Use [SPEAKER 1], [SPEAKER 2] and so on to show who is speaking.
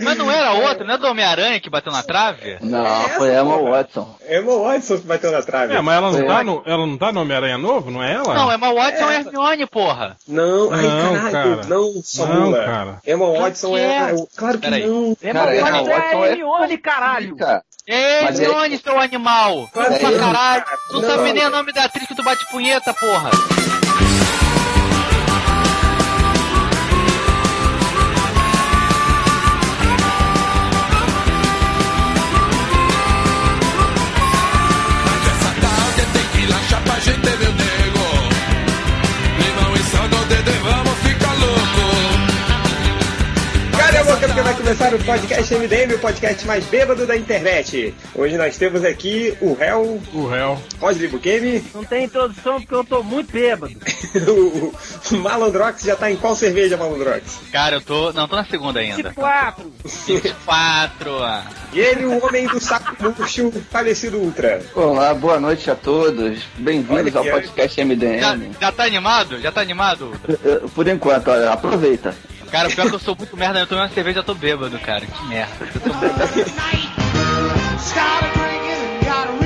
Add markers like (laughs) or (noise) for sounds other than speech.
[SPEAKER 1] Mas não era outra, não é do Homem-Aranha que bateu na trave?
[SPEAKER 2] É
[SPEAKER 3] Não, foi Emma Watson.
[SPEAKER 4] É Emma Watson que bateu na trave.
[SPEAKER 5] É, mas ela não,
[SPEAKER 3] Foi
[SPEAKER 5] tá
[SPEAKER 3] ela.
[SPEAKER 5] no, ela não tá no Homem-Aranha novo, não é ela?
[SPEAKER 1] Não, Emma Watson é
[SPEAKER 4] É.
[SPEAKER 1] Hermione, porra.
[SPEAKER 4] Não, ai,
[SPEAKER 5] Não,
[SPEAKER 4] caralho,
[SPEAKER 5] cara.
[SPEAKER 4] não,
[SPEAKER 5] Não,
[SPEAKER 4] Samula.
[SPEAKER 5] cara.
[SPEAKER 4] Emma Watson
[SPEAKER 1] que
[SPEAKER 4] é.
[SPEAKER 1] é?
[SPEAKER 4] Claro que
[SPEAKER 1] Peraí.
[SPEAKER 4] não.
[SPEAKER 2] É
[SPEAKER 3] Cara,
[SPEAKER 2] Cara,
[SPEAKER 3] Emma
[SPEAKER 2] Watson
[SPEAKER 3] Watson
[SPEAKER 2] é
[SPEAKER 3] é-
[SPEAKER 2] Hermione, caralho.
[SPEAKER 3] Cara,
[SPEAKER 1] É
[SPEAKER 3] Mas é-
[SPEAKER 1] Hermione, seu animal.
[SPEAKER 4] Claro
[SPEAKER 1] Pra
[SPEAKER 3] que não.
[SPEAKER 1] caralho. Tu não
[SPEAKER 4] Não.
[SPEAKER 1] sabe nem o nome da atriz que tu bate punheta, porra.
[SPEAKER 6] Essa tal de tequila, chapa, a gente meu nego. Limão e sal, do dedê, vamos ficar louco.
[SPEAKER 4] Cara, a boca porque vai começar o podcast MDM, o podcast mais bêbado da internet. Hoje nós temos aqui o réu
[SPEAKER 5] O réu.
[SPEAKER 4] Rodney Bukemi,
[SPEAKER 2] Não tem introdução porque eu tô muito bêbado.
[SPEAKER 4] (laughs) o o Malandrox já tá em qual cerveja, Malandrox?
[SPEAKER 1] Cara, eu tô. Não, tô na segunda ainda.
[SPEAKER 2] De quatro.
[SPEAKER 1] 24. ah.
[SPEAKER 4] E ele, o homem do saco murcho, falecido Ultra.
[SPEAKER 3] olá, boa noite a todos. Bem-vindos
[SPEAKER 4] Olha
[SPEAKER 3] ao
[SPEAKER 4] que- é.
[SPEAKER 3] podcast
[SPEAKER 1] Já,
[SPEAKER 3] MDM.
[SPEAKER 1] já tá animado? Já tá animado?
[SPEAKER 3] Eu- Por enquanto, olha, aproveita.
[SPEAKER 1] Cara, pior que eu sou muito merda, eu tomei uma cerveja, eu tô bêbado, cara. Que merda.
[SPEAKER 7] Started